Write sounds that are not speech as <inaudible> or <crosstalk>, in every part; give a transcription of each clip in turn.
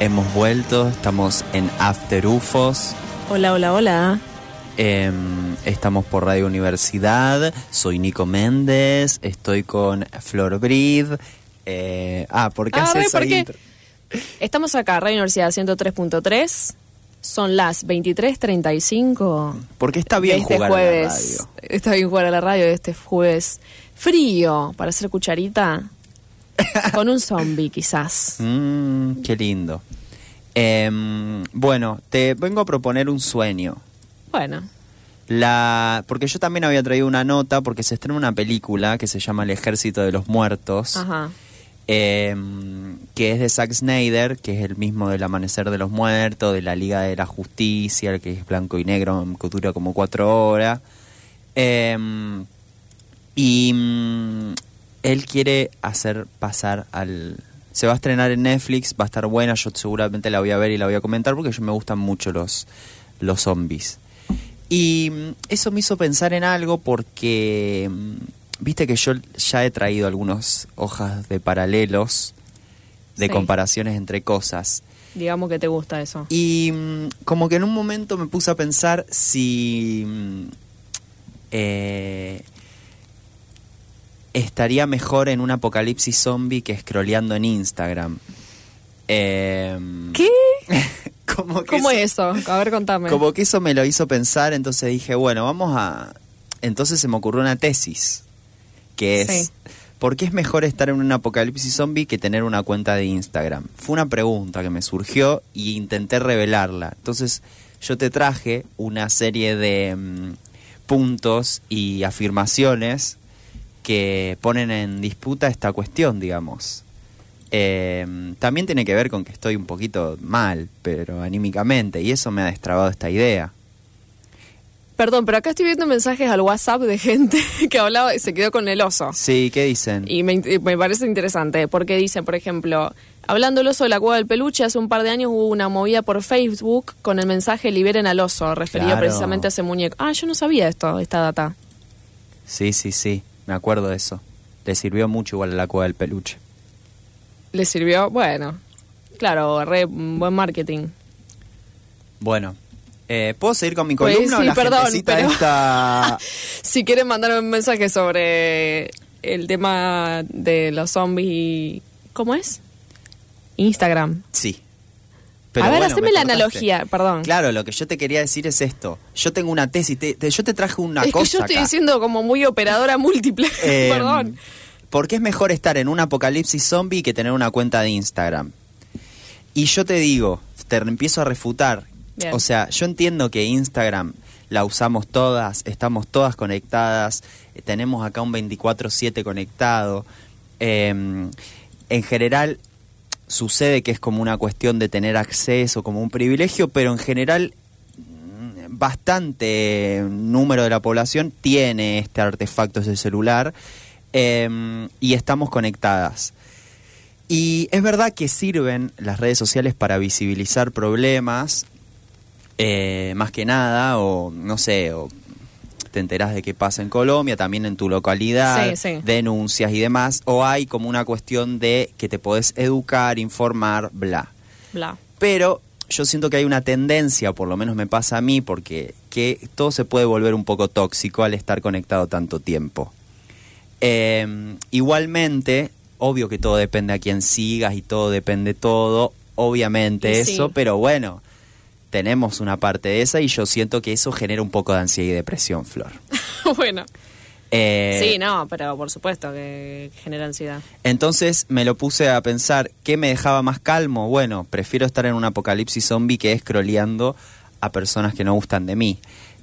Hemos vuelto, estamos en After UFOS. Hola, hola, hola. Em, estamos por Radio Universidad. Soy Nico Méndez. Estoy con Flor Brid. Eh, ah, ¿por qué A hace ver, esa ¿por qué? intro? Estamos acá, Radio Universidad 103.3. Son las 23.35. Porque está de bien este jugar a la jueves. radio. Está bien jugar a la radio de este jueves. Frío, para <laughs> hacer cucharita. Con un zombie, quizás. Mm, qué lindo. Em, bueno, te vengo a proponer un sueño. Bueno, La, porque yo también había traído una nota porque se estrena una película que se llama El Ejército de los Muertos, ajá. eh, que es de Zack Snyder, que es el mismo del Amanecer de los Muertos, de la Liga de la Justicia, el que es blanco y negro, que dura como cuatro horas. Eh, y mm, él quiere hacer pasar al... Se va a estrenar en Netflix, va a estar buena, yo seguramente la voy a ver y la voy a comentar porque yo me gustan mucho los, los zombies. Y mm, eso me hizo pensar en algo porque, mm, viste que yo ya he traído algunas hojas de paralelos, de Sí. comparaciones entre cosas. Digamos que te gusta eso. Y mm, como que en un momento me puse a pensar si mm, eh, estaría mejor en un apocalipsis zombie que scrolleando en Instagram. Em, <laughs> ¿Qué? Como que ¿Cómo eso- es eso? A ver, contame. como que eso me lo hizo pensar, entonces dije, bueno, vamos a... Entonces se me ocurrió una tesis, que es, Sí. ¿por qué es mejor estar en un apocalipsis zombie que tener una cuenta de Instagram? Fue una pregunta que me surgió y intenté revelarla. Entonces yo te traje una serie de mm, puntos y afirmaciones que ponen en disputa esta cuestión, digamos. Eh, también tiene que ver con que estoy un poquito mal, pero anímicamente, y eso me ha destrabado esta idea. Perdón, pero acá estoy viendo mensajes al WhatsApp de gente <laughs> que hablaba y se quedó con el oso. Sí, ¿qué dicen? Y me, int- me parece interesante, porque dice, por ejemplo, hablando el oso de la cueva del peluche, hace un par de años hubo una movida por Facebook con el mensaje liberen al oso, referido Claro. precisamente a ese muñeco. Ah, yo no sabía esto, esta data. Sí, sí, sí, me acuerdo de eso. Le sirvió mucho igual a la cueva del peluche. ¿Le sirvió? Bueno, claro, re mm, buen marketing. Bueno, eh, ¿puedo seguir con mi Pues columna o sí, la perdón, gentecita pero- <laughs> esta? Si quieren mandarme un mensaje sobre el tema de los zombies y... ¿Cómo es? Instagram. Sí. a ver, bueno, haceme me la cortaste. analogía, perdón. Claro, lo que yo te quería decir es esto. Yo tengo una tesis, te- te- yo te traje una es cosa que yo estoy acá. diciendo como muy operadora <laughs> múltiple, <laughs> Eh, perdón. ¿Por qué es mejor estar en un apocalipsis zombie que tener una cuenta de Instagram? Y yo te digo, te empiezo a refutar. Bien. O sea, yo entiendo que Instagram la usamos todas, estamos todas conectadas, eh, tenemos acá un 24/7 conectado. Eh, en general sucede que es como una cuestión de tener acceso, como un privilegio, pero en general bastante número de la población tiene este artefacto, ese celular, eh, y estamos conectadas. Y es verdad que sirven las redes sociales para visibilizar problemas, eh, más que nada, o no sé, o te enterás de qué pasa en Colombia, también en tu localidad, Sí, sí. denuncias y demás, o hay como una cuestión de que te podés educar, informar, bla. Bla. Pero yo siento que hay una tendencia, por lo menos me pasa a mí, porque que todo se puede volver un poco tóxico al estar conectado tanto tiempo. Eh, igualmente, obvio que todo depende a quién sigas y todo depende todo, obviamente Y sí. eso, pero bueno, tenemos una parte de esa y yo siento que eso genera un poco de ansiedad y depresión, <laughs> Flor. bueno. Eh, sí, no, pero por supuesto que genera ansiedad. Entonces me lo puse a pensar, ¿qué me dejaba más calmo? Bueno, prefiero estar en un apocalipsis zombie que escroleando a personas que no gustan de mí.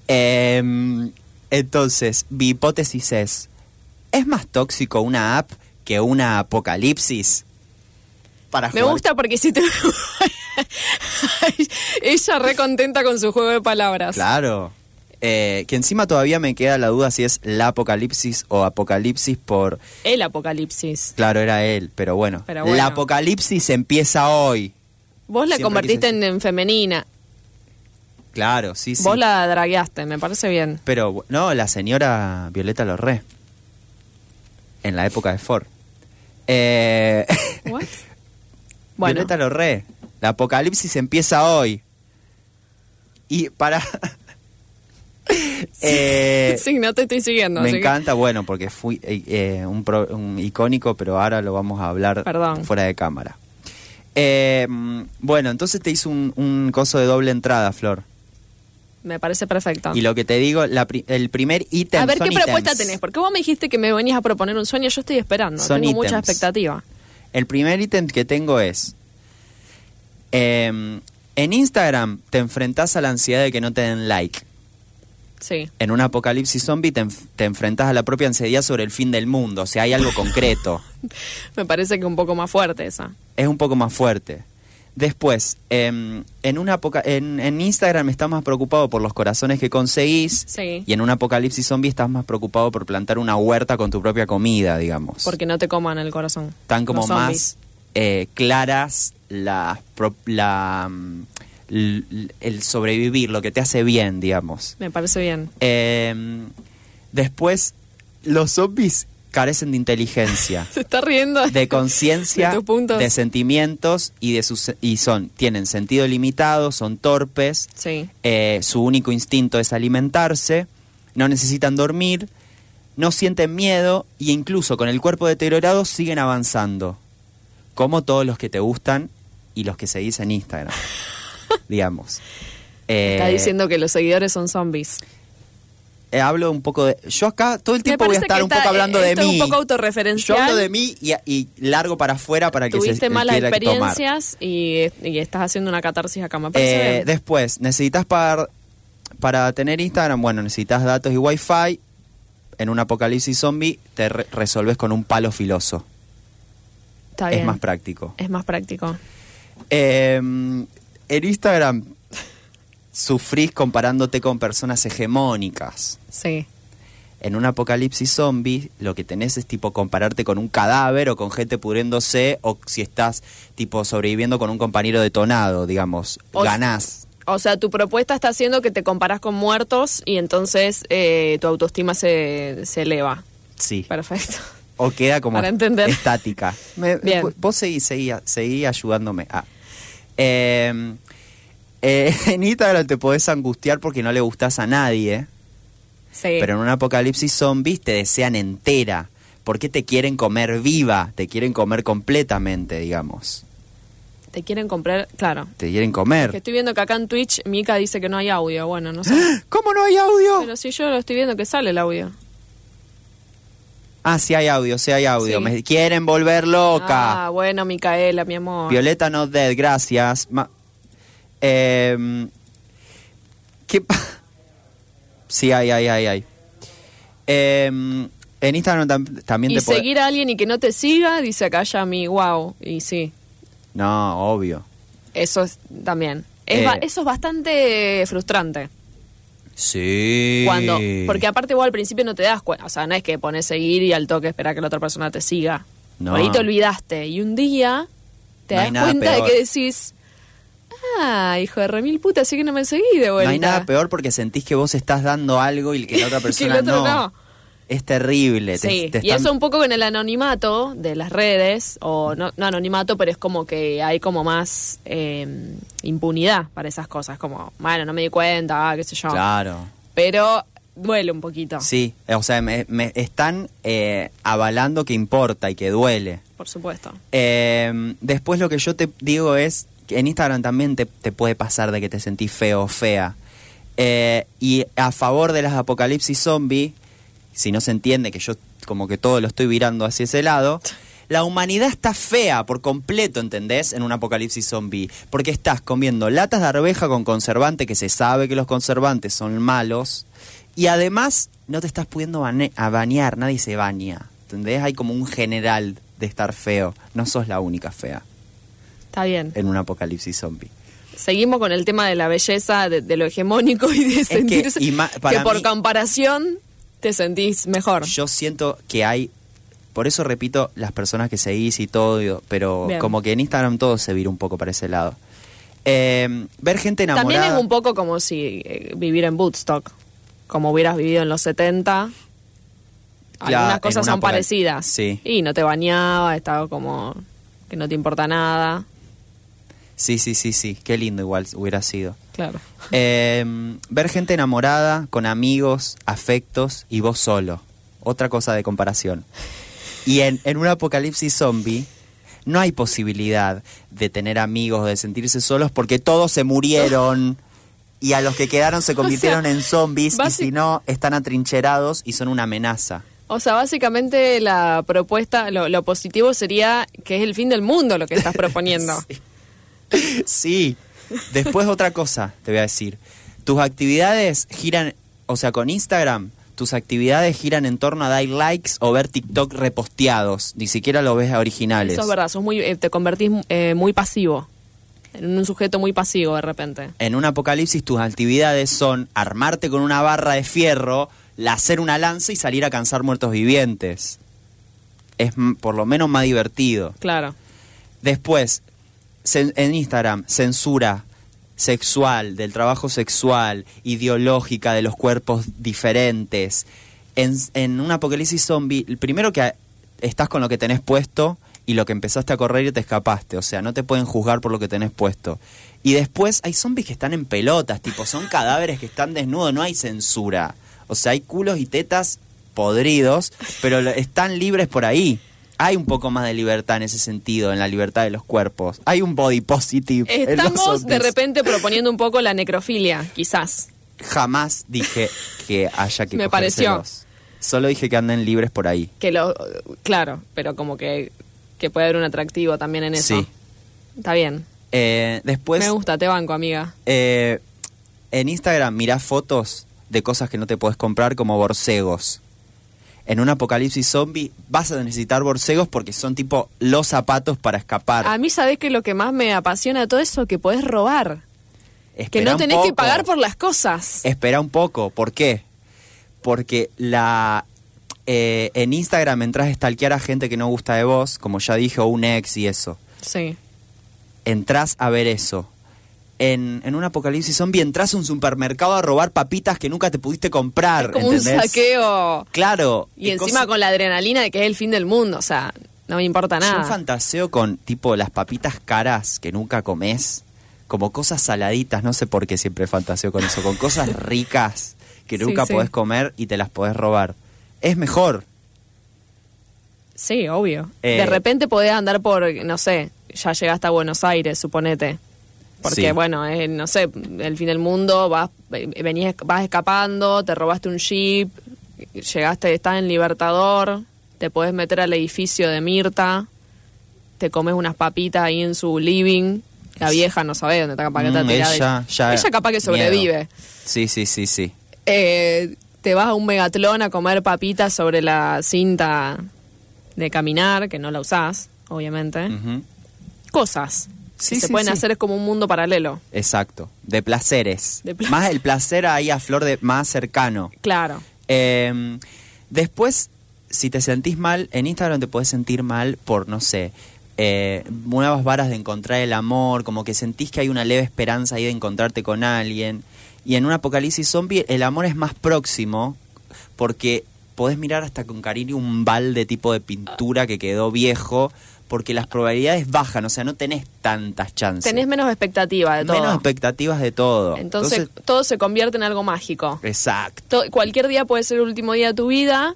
Em, entonces, mi hipótesis es, ¿es más tóxico una app que una apocalipsis? Para Me jugar- gusta porque si te... <laughs> Ella re contenta con su juego de palabras. Claro. Eh, que encima todavía me queda la duda si es la apocalipsis o apocalipsis por... El apocalipsis. Claro, era él, pero bueno. Pero bueno. La apocalipsis empieza hoy. Vos la Siempre convertiste quise en, en femenina. Claro, sí, sí. Vos la dragueaste, me parece bien. Pero no, la señora Violeta Lorré. En la época de Ford. Eh, <laughs> What? Bueno, Violeta Lorré. La apocalipsis empieza hoy. Y para... <laughs> Eh, <laughs> sí, no te estoy siguiendo. me así que- encanta, bueno, porque fui eh, eh, un, pro- un icónico, pero ahora lo vamos a hablar Perdón. fuera de cámara. Eh, mm, bueno, entonces te hizo un, un coso de doble entrada, Flor. Me parece perfecto. Y lo que te digo, la pri- el primer ítem. Ah. a ver son qué propuesta ítems. tenés, porque vos me dijiste que me venías a proponer un sueño, yo estoy esperando, Son tengo mucha ítems. expectativa. El primer ítem que tengo es. eh, en Instagram te enfrentás a la ansiedad de que no te den like. Sí. En un apocalipsis zombie te, enf- te enfrentás a la propia ansiedad sobre el fin del mundo. O sea, hay algo <laughs> concreto. Me parece que un poco más fuerte esa. es un poco más fuerte. Después, em, en, una apoca- en, en Instagram estás más preocupado por los corazones que conseguís. Sí. Y en un apocalipsis zombie estás más preocupado por plantar una huerta con tu propia comida, digamos. Porque no te coman el corazón. Están como Los zombies. más eh, claras las pro- la, mm, l- l- el sobrevivir, lo que te hace bien, digamos. Me parece bien. <laughs> Em, después, los zombies carecen de <laughs> inteligencia Se está riendo. de conciencia, De tus puntos. de sentimientos y de sus y son tienen sentido limitado, son torpes, Sí. eh, su único instinto es alimentarse, no necesitan dormir, no sienten miedo y incluso con el cuerpo deteriorado siguen avanzando, como todos los que te gustan y los que seguís en <laughs> Instagram, digamos. Eh, Está diciendo que los seguidores son zombies. eh, hablo un poco de yo acá todo el Me tiempo voy a parece estar que un está- eh, poco hablando de esto es mí. un poco yo autorreferencial. hablo de mí y, y largo para afuera para que se Tuviste malas quiera tomar. experiencias y, y estás haciendo una catarsis acá. Me parece Eh, bien. después, necesitas pagar para tener Instagram, bueno, necesitas datos y wifi. En un apocalipsis zombie te re- resolves con un palo filoso. Está Es bien. más práctico. Es más práctico. Eh, en Instagram sufrís comparándote con personas hegemónicas. Sí. En un apocalipsis zombie, lo que tenés es tipo compararte con un cadáver o con gente pudriéndose o si estás tipo sobreviviendo con un compañero detonado, digamos. O- Ganás. O sea, tu propuesta está haciendo que te comparás con muertos y entonces eh, tu autoestima se, se eleva. Sí. Perfecto. <laughs> O queda como Para entender. estática. Me- <laughs> Bien. vo- Vos seguí, seguí, seguí ayudándome. Ah. Eh, eh, <laughs> en Instagram te podés angustiar porque no le gustás a nadie, Sí. pero en un apocalipsis zombies te desean entera. Porque te quieren comer viva, te quieren comer completamente, digamos. Te quieren comprar, claro. Te quieren Que comer. estoy viendo que acá en Twitch Mika dice que no hay audio. Bueno, no sé. <gasps> ¿Cómo no hay audio? Pero si yo lo estoy viendo que sale el audio. Ah, sí hay audio, sí hay audio. Sí. Me quieren volver loca. Ah, bueno, Micaela, mi amor. Violeta no dead, gracias. Ma- Em, ¿Qué pa- <laughs> Sí, ay, ay, ay, ay. Em, en Instagram tam- también y te puede- seguir a alguien y que no te siga, dice acá ya mi wow. Y sí, No, obvio. eso es también. Es Eh. ba- eso es bastante frustrante. Sí. Cuando, porque aparte vos al principio no te das cuenta, o sea, no es que pones seguir y al toque esperar que la otra persona te siga. No. Por ahí te olvidaste y un día te No hay das nada cuenta peor. de que decís, ah, hijo de remil puta, así que no me seguí de No vuelta. hay nada peor porque sentís que vos estás dando algo y que la otra <laughs> Que el persona otro no. Es terrible. te- Sí, te y están- eso un poco con el anonimato de las redes, o no, no anonimato, pero es como que hay como más eh, impunidad para esas cosas, como, bueno, no me di cuenta, ah, qué sé yo. Claro. Pero duele un poquito, Sí, eh, o sea, me, me están eh, avalando que importa y que duele. por supuesto. Eh, después lo que yo te digo es que en Instagram también te, te puede pasar de que te sentís feo o fea. Eh, y a favor de las apocalipsis zombie, si no se entiende que yo como que todo lo estoy virando hacia ese lado, la humanidad está fea por completo, ¿entendés? En un apocalipsis zombie. Porque estás comiendo latas de arveja con conservante, que se sabe que los conservantes son malos. Y además no te estás pudiendo bane- a bañar, nadie se baña. ¿Entendés? Hay como un general de estar feo. No sos la única fea Está bien. en un apocalipsis zombie. Seguimos con el tema de la belleza, de, de lo hegemónico y de que, sentirse y ma- para que por mí- comparación te sentís mejor. Yo siento que hay. Por eso repito las personas que seguís y todo, digo, pero Bien. como que en Instagram todo se vira un poco para ese lado. Eh, ver gente enamorada. También es un poco como si eh, vivir en Woodstock, como hubieras vivido en los 70. Claro, Algunas en cosas una son época- parecidas. sí. Y no te bañaba, estaba como que no te importa nada. Sí, sí, sí, sí. Qué lindo igual hubiera sido. Claro. Eh, ver gente enamorada, con amigos, afectos y vos solo. Otra cosa de comparación. Y en, en un apocalipsis zombie no hay posibilidad de tener amigos, de sentirse solos, porque todos se murieron. Y a los que quedaron se convirtieron en zombies y basi- si no, están atrincherados y son una amenaza. O sea, básicamente la propuesta, lo, lo positivo sería que es el fin del mundo lo <laughs> que estás proponiendo. Sí. Después otra cosa te voy a decir. Tus actividades giran, o sea, con Instagram, tus actividades giran en torno a dar likes o ver TikTok reposteados. Ni siquiera lo ves a originales. Eso es verdad, sos muy, eh, te convertís eh, muy pasivo, en un sujeto muy pasivo de repente. En un apocalipsis tus actividades son armarte con una barra de fierro, la- hacer una lanza y salir a cansar muertos vivientes. Es mm, por lo menos más divertido. Claro. Después, cen- en Instagram, censura sexual, del trabajo sexual, ideológica, de los cuerpos diferentes. En, en un apocalipsis zombie, el primero que a- estás con lo que tenés puesto y lo que empezaste a correr y te escapaste. O sea, no te pueden juzgar por lo que tenés puesto. Y después hay zombies que están en pelotas, tipo, son cadáveres que están desnudos, no hay censura. O sea, hay culos y tetas podridos, pero lo- están libres por ahí. Hay un poco más de libertad en ese sentido, en la libertad de los cuerpos. Hay un body positive. en los Estamos de zombies. repente proponiendo un poco la necrofilia, quizás. Jamás dije que haya que <laughs> Me cogérselos. Solo dije que anden libres por ahí. Que lo, claro, pero como que, que puede haber un atractivo también en eso. Sí. Está bien. Eh, después, Me gusta, te banco, amiga. eh, en Instagram mirás fotos de cosas que no te podés comprar como borcegos. En un apocalipsis zombie vas a necesitar borcegos porque son tipo los zapatos para escapar. A mí sabés que lo que más me apasiona de todo eso que podés robar, que Esperá no un tenés que poco. pagar por las cosas. Espera un poco, ¿por qué? Porque la eh, en Instagram entras a stalkear a gente que no gusta de vos, como ya dije, o un ex y eso. Sí. Entrás a ver eso. En, en un apocalipsis zombie entras a un supermercado a robar papitas que nunca te pudiste comprar. Es como ¿entendés? un saqueo. Claro. Y eh, encima cosa- con la adrenalina de que es el fin del mundo, o sea, no me importa Yo un nada. fantaseo con tipo las papitas caras que nunca comés, como cosas saladitas, no sé por qué siempre fantaseo con eso, con <laughs> cosas ricas que Sí, nunca sí. podés comer y te las podés robar. Es mejor. Sí, obvio. Eh, de repente podés andar por, no sé, ya llegaste a Buenos Aires, suponete. Porque, Sí. bueno, eh, no sé, el fin del mundo, vas, eh, venís, vas escapando, te robaste un jeep, llegaste, estás en Libertador, te podés meter al edificio de Mirta, te comes unas papitas ahí en su living. La vieja no sabe dónde está capaz que está Mm, tirada. ella, ya- Ella capaz que miedo. sobrevive. Sí, sí, sí, sí. Eh, te vas a un megatlón a comer papitas sobre la cinta de caminar, que no la usás, obviamente. Ujú. Cosas Sí, que se Mm. sí, pueden sí. hacer es como un mundo paralelo. Exacto. De placeres. De pla- Más el placer ahí a flor de más cercano. Claro. Eh, después, si te sentís mal, en Instagram te podés sentir mal por, no sé, eh, nuevas varas de encontrar el amor, como que sentís que hay una leve esperanza ahí de encontrarte con alguien. Y en un apocalipsis zombie el amor es más próximo porque podés mirar hasta con cariño un balde tipo de pintura que quedó viejo porque las probabilidades bajan, o sea, no tenés tantas chances. Tenés menos expectativa de todo. menos expectativas de todo. Entonces, todo se convierte en algo mágico. exacto. To- cualquier día puede ser el último día de tu vida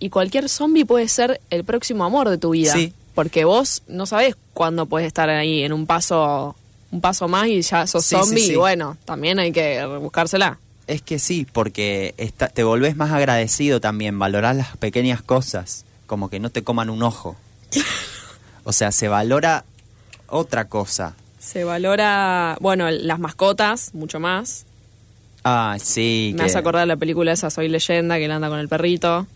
y cualquier zombie puede ser el próximo amor de tu vida. Sí. Porque vos no sabés cuándo puedes estar ahí en un paso un paso más y ya sos Sí, sí, zombie sí. y bueno, también hay que buscársela. Es que sí, porque está- te volvés más agradecido también, valorás las pequeñas cosas, como que no te coman un <laughs> ojo. O sea, se valora otra cosa. Se valora, bueno, las mascotas mucho más. Ah, sí. Me que- hace acordar la película esa Soy leyenda que él anda con el perrito.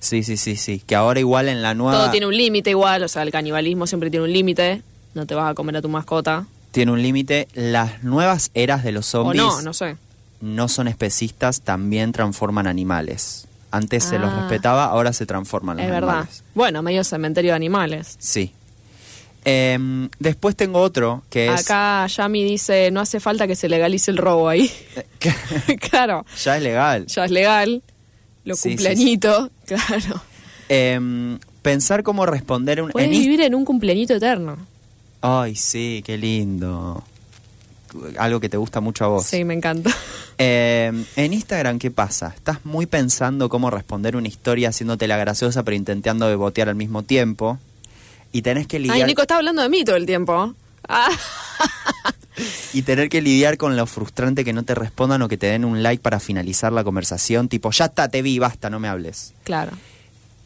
Sí, sí, sí, sí. Que ahora igual en la nueva Todo tiene un límite igual, o sea, el canibalismo siempre tiene un límite. No te vas a comer a tu mascota. tiene un límite. Las nuevas eras de los zombies O no, no sé. no son especistas, también transforman animales. Antes se los Ah. respetaba, ahora se transforman los es verdad. animales. Bueno, medio cementerio de animales. Sí. Em, después tengo otro que es... Acá Yami dice, no hace falta que se legalice el robo ahí. <laughs> claro, ya es legal. ya es legal. Lo Sí, sí, cumpleañito, claro. Em, pensar cómo responder un, Puedes en Inst- vivir en un cumpleañito eterno. Ay, sí, qué lindo. Algo que te gusta mucho a vos. Sí, me encanta. Eh, en Instagram, ¿qué pasa? ¿Estás muy pensando cómo responder una historia haciéndote la graciosa pero intentando botear al mismo tiempo? Y tenés que lidiar... Ay, Nico está hablando de mí todo el tiempo. Ah. <laughs> y tener que lidiar con lo frustrante que no te respondan o que te den un like para finalizar la conversación, tipo, ya está, te vi, basta, no me hables. claro.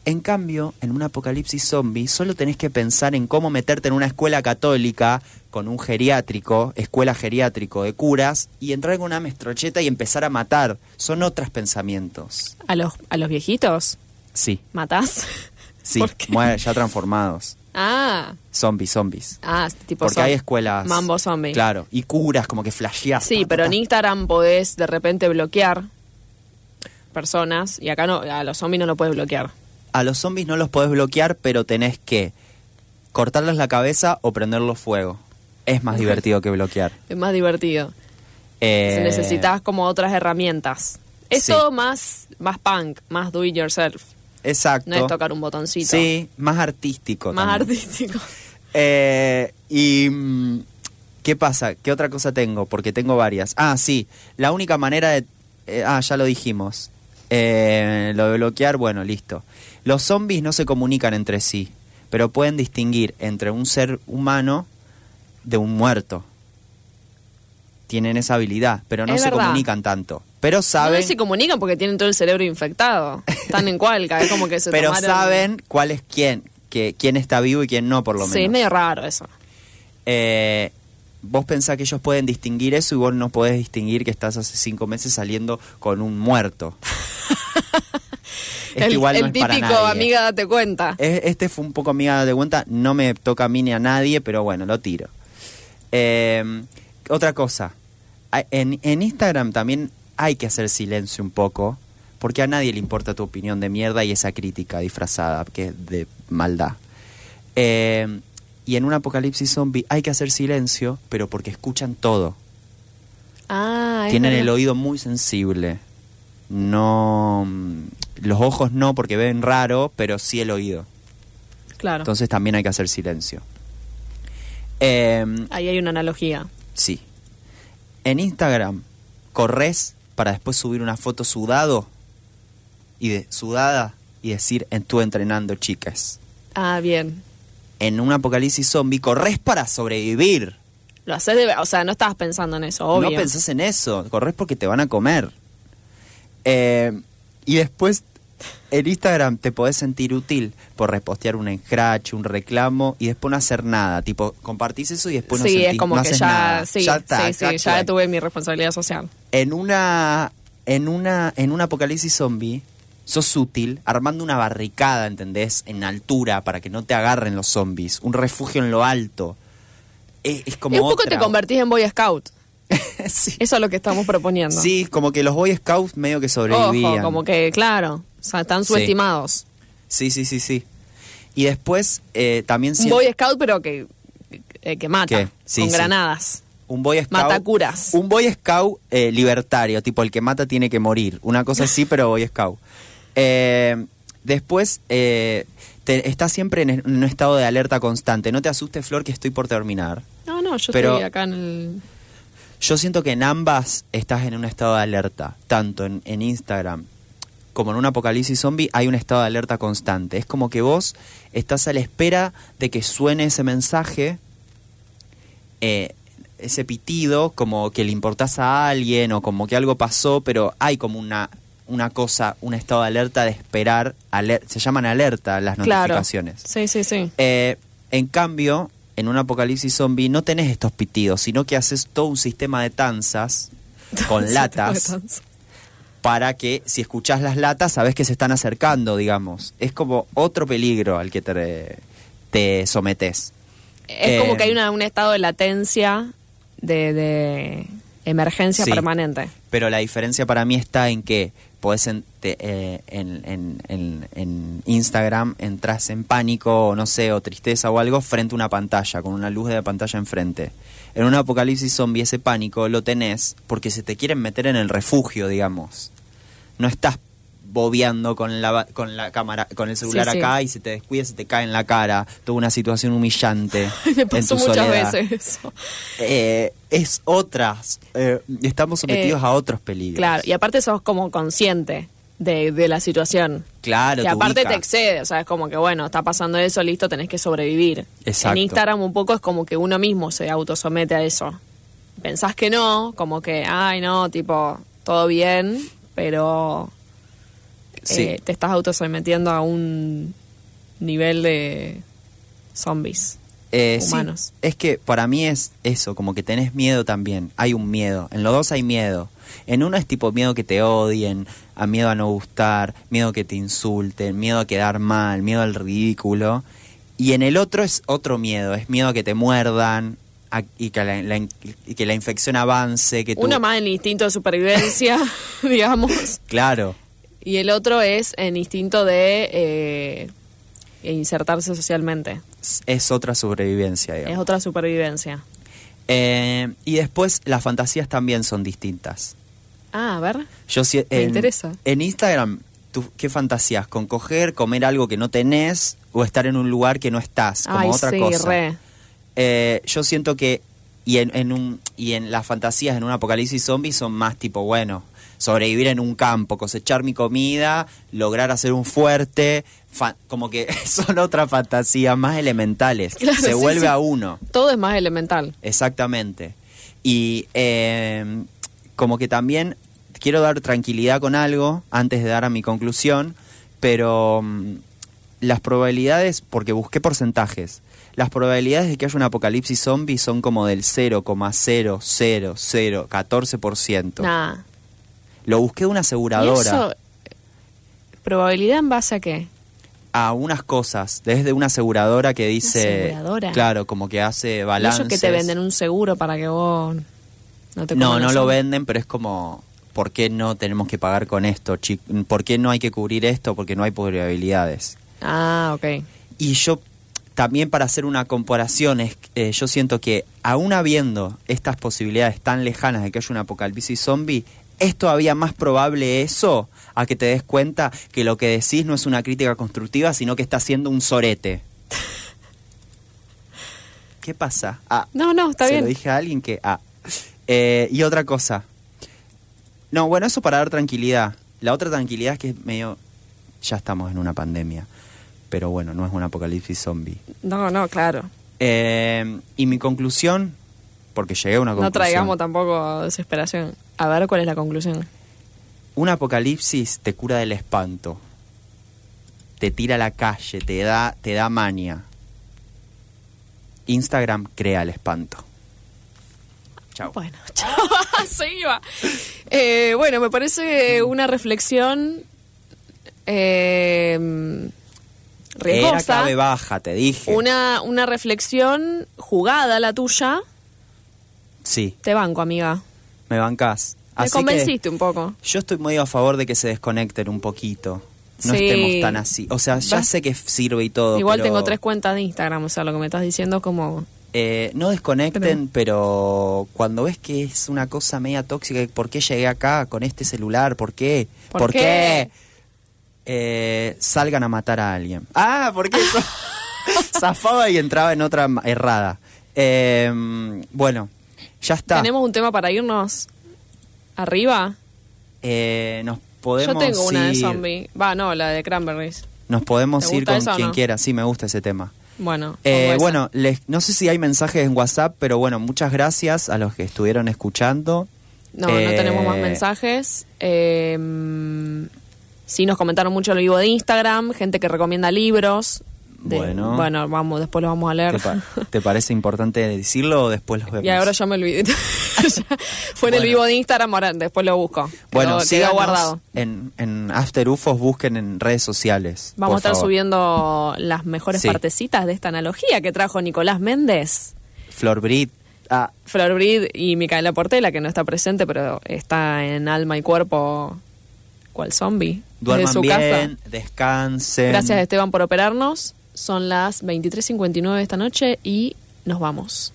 En cambio, en un apocalipsis zombie solo tenés que pensar en cómo meterte en una escuela católica con un geriátrico, escuela geriátrico de curas, y entrar con una mestrocheta y empezar a matar. Son otros pensamientos. ¿A los, a los viejitos? Sí, ¿Matás? sí, ¿Por qué? muer- ya transformados. Ah, Zombies, zombies. ah, tipo Porque zom- hay escuelas... Mambo zombie. Claro, y curas, como que flasheás. Sí, ta, ta, pero ta. en Instagram podés de repente bloquear personas y acá no, a los zombies no lo puedes bloquear. A los zombies no los podés bloquear, pero tenés que cortarles la cabeza o prenderlos fuego. Es más divertido que bloquear. Es más divertido. Eh, Entonces Necesitas como otras herramientas. Es sí. todo más, más punk, más do it yourself. Eh, Exacto. No es tocar un botoncito. Sí, más artístico. más también. artístico. Eh, y mm, qué pasa, qué otra cosa tengo, porque tengo varias. Ah, sí, la única manera de, eh, ah, ya lo dijimos. Eh, lo de bloquear, bueno, listo. Los zombies no se comunican entre sí, pero pueden distinguir entre un ser humano de un muerto. Tienen esa habilidad, pero no Es se verdad. comunican tanto. Pero <laughs> No saben, se comunican porque tienen todo el cerebro infectado. Están en cualca, es como que se <laughs> pero tomaron- saben cuál es quién, que quién está vivo y quién no, por lo menos. Sí, es medio raro eso. Eh, vos pensás que ellos pueden distinguir eso y vos no podés distinguir que estás hace cinco meses saliendo con un <laughs> muerto. Esto el igual no el es para típico, nadie. amiga, date cuenta. Es- Este fue un poco amiga de cuenta, no me toca a mí ni a nadie, pero bueno, lo tiro. Eh, otra cosa, a- en, en Instagram también hay que hacer silencio un poco, porque a nadie le importa tu opinión de mierda y esa crítica disfrazada que es de maldad. Eh, y en un apocalipsis zombie hay que hacer silencio, pero porque escuchan todo. Ah, es Tienen verdad. el oído muy sensible. No. mm, Los ojos no, porque ven raro, pero sí el oído. Claro. Entonces también hay que hacer silencio. Eh, Ahí hay una analogía. sí. En Instagram, corres para después subir una foto sudado y de, sudada y decir en tú entrenando, chicas. Ah, bien. En un apocalipsis zombie, corres para sobrevivir. Lo haces de... O sea, no estabas pensando en eso, obvio. No pensás en eso, corres porque te van a comer. Eh, y después en Instagram te podés sentir útil por repostear un scratch, un reclamo y después no hacer nada. Tipo, compartís eso y después pues no sí, sentís- es como no que haces ya... nada. Sí, Ya está, sí, sí, ya ya actué. tuve mi responsabilidad social. En una, en una, en un apocalipsis zombie sos útil armando una barricada, ¿entendés? En altura para que no te agarren los zombies, un refugio en lo alto. E, Es, es como y un poco otra. te convertís en Boy Scout. <laughs> Sí. Eso es lo que estamos proponiendo. Sí, como que los Boy Scouts medio que sobrevivían. Ojo, como que, claro. O sea, están Sí. subestimados. Sí, sí, sí, sí. Y después eh, también Un siento Boy Scout, pero que, eh, que, que mata. ¿Qué? Sí, con sí. granadas. un Boy Scout. Matacuras. Un Boy Scout eh, libertario, tipo el que mata tiene que morir. Una cosa <laughs> así, pero Boy Scout. Eh, después eh, te- estás siempre en, en un estado de alerta constante. No te asustes, Flor, que estoy por terminar. No, no, yo Pero- estoy acá en el... Yo siento que en ambas estás en un estado de alerta, tanto en, en Instagram como en un apocalipsis zombie hay un estado de alerta constante. Es como que vos estás a la espera de que suene ese mensaje, eh, ese pitido, como que le importás a alguien o como que algo pasó, pero hay como una, una cosa, un estado de alerta de esperar, aler- se llaman alerta las Claro. notificaciones. Sí, sí, sí. Eh, en cambio, en un apocalipsis zombie no tenés estos pitidos, sino que haces todo un sistema de tanzas <laughs> con latas para que si escuchás las latas sabés que se están acercando, digamos. Es como otro peligro al que te, te sometes. Es Eh, como que hay una- un estado de latencia, de, de emergencia Sí. permanente. <laughs> Pero la diferencia para mí está en que podés en, te- eh, en, en- en- en Instagram entras en pánico o no sé, o tristeza o algo frente a una pantalla, con una luz de la pantalla enfrente. En un apocalipsis zombie ese pánico lo tenés porque se te quieren meter en el refugio, digamos. No estás bobeando con la, con la cámara, con el celular Sí, sí. acá y se te descuida, se te cae en la cara. Toda una situación <laughs> humillante. Me en tu pasó muchas soledad. veces eso. Eh, es otras. eh, estamos sometidos Eh, a otros peligros. Claro, y aparte sos como consciente de, de la situación. Claro, que te aparte ubica. te excede, o sea, es como que bueno, está pasando eso, listo, tenés que sobrevivir. Exacto. En Instagram un poco es como que uno mismo se autosomete a eso. Pensás que no, como que, ay no, tipo, todo bien, pero Sí. eh, te estás autometiendo a un nivel de zombies. Eh, sí, humanos. es que para mí es eso, como que tenés miedo también. Hay un miedo. En los dos hay miedo. En uno es tipo miedo que te odien, a miedo a no gustar, miedo que te insulten, miedo a quedar mal, miedo al ridículo. Y en el otro es otro miedo, es miedo a que te muerdan a- y, que la, la in- y que la infección avance. Que tú- Uno más en instinto <laughs> de supervivencia, <laughs> digamos. Claro, Y el otro es en instinto de eh, insertarse socialmente. es- es otra sobrevivencia, digamos. Es otra supervivencia. Eh, y después las fantasías también son distintas. Ah, a ver. Yo sí- Me en, interesa. En Instagram, tú, ¿qué fantasías? ¿Con coger, comer algo que no tenés o estar en un lugar que no estás? Como Ay, otra sí, cosa. re. Eh, yo siento que. Y en, en un, y en las fantasías en un apocalipsis zombie son más tipo, bueno, sobrevivir en un campo, cosechar mi comida, lograr hacer un fuerte. fa- como que <laughs> son otras fantasías más elementales. Claro, Se sí, vuelve sí. a uno. Todo es más elemental. Exactamente. Y eh, como que también quiero dar tranquilidad con algo antes de dar a mi conclusión, pero mm, las probabilidades, porque busqué porcentajes, las probabilidades de que haya un apocalipsis zombie son como del 0,0014%. Nada. Lo busqué de una ¿Y aseguradora eso? ¿Probabilidad en base a qué? a unas cosas, desde una aseguradora que dice, aseguradora? claro, como que hace ¿Y balances. Ellos que te venden un seguro para que vos no te No, coman no los lo zombies. venden, pero es como, ¿por qué no tenemos que pagar con esto? chi- ¿Por qué no hay que cubrir esto? Porque no hay probabilidades. Ah, ok. Y yo, también para hacer una comparación, es, eh, yo siento que aún habiendo estas posibilidades tan lejanas de que haya un apocalipsis zombie, es todavía más probable eso a que te des cuenta que lo que decís no es una crítica constructiva, sino que está haciendo un sorete. ¿Qué pasa? Ah, No, no, está se bien. lo dije a alguien que. Ah. Eh, y otra cosa. No, bueno, eso para dar tranquilidad. La otra tranquilidad es que es medio. Ya estamos en una pandemia. Pero bueno, no es un apocalipsis zombie. No, no, claro. Eh, y mi conclusión. Porque llegué a una conclusión. No traigamos tampoco desesperación. A ver cuál es la conclusión. Un apocalipsis te cura del espanto. Te tira a la calle, te da, te da mania. Instagram crea el espanto. Chao. Bueno, <laughs> chao, se iba. Eh, bueno, me parece una reflexión eh, Era riesgosa. clave baja, te dije. Una, una reflexión jugada la tuya. Sí, Te banco, amiga. me bancás. Me Así convenciste un poco. que yo estoy muy a favor de que se desconecten un poquito. No Sí. estemos tan así. O sea, ya Vas- sé que sirve y todo. Igual pero, tengo tres cuentas de Instagram, o sea, lo que me estás diciendo es como... eh, no desconecten, pero cuando ves que es una cosa media tóxica, ¿por qué llegué acá con este celular? ¿Por qué? ¿Por qué? Eh, salgan a matar a alguien. Ah, porque <laughs> eso zafaba y entraba en otra ma- errada. Eh, bueno, ya está. ¿Tenemos un tema para irnos arriba? Eh, nos podemos Yo tengo una de ir- zombie. Va, no, la de Cranberries. Nos podemos ¿Te ir gusta con esa o quien no? quiera. Sí, me gusta ese tema. Bueno, Eh, pongo esa. bueno, les- no sé si hay mensajes en WhatsApp, pero bueno, muchas gracias a los que estuvieron escuchando. No, no Eh, tenemos más mensajes. Eh, sí, nos comentaron mucho lo vivo de Instagram, gente que recomienda libros. De- Bueno. Bueno, vamos, después los vamos a leer. ¿Te, <laughs> pa- te parece importante decirlo o después los vemos? y ahora ya me olvidé. <laughs> Ya Fue en el Bueno. vivo de Instagram, ahora después lo busco. bueno, Quedó- quedó síganos guardado. En, en After UFOs, busquen en redes sociales. Vamos por a estar favor. subiendo las mejores Sí. partecitas de esta analogía que trajo Nicolás Méndez, Flor Brit. Ah, Flor Brid y Micaela Portela, que no está presente, pero está en alma y cuerpo cual zombie. duerman desde su casa. bien, descansen. Gracias Esteban por operarnos. Son las 23:59 de esta noche y nos vamos.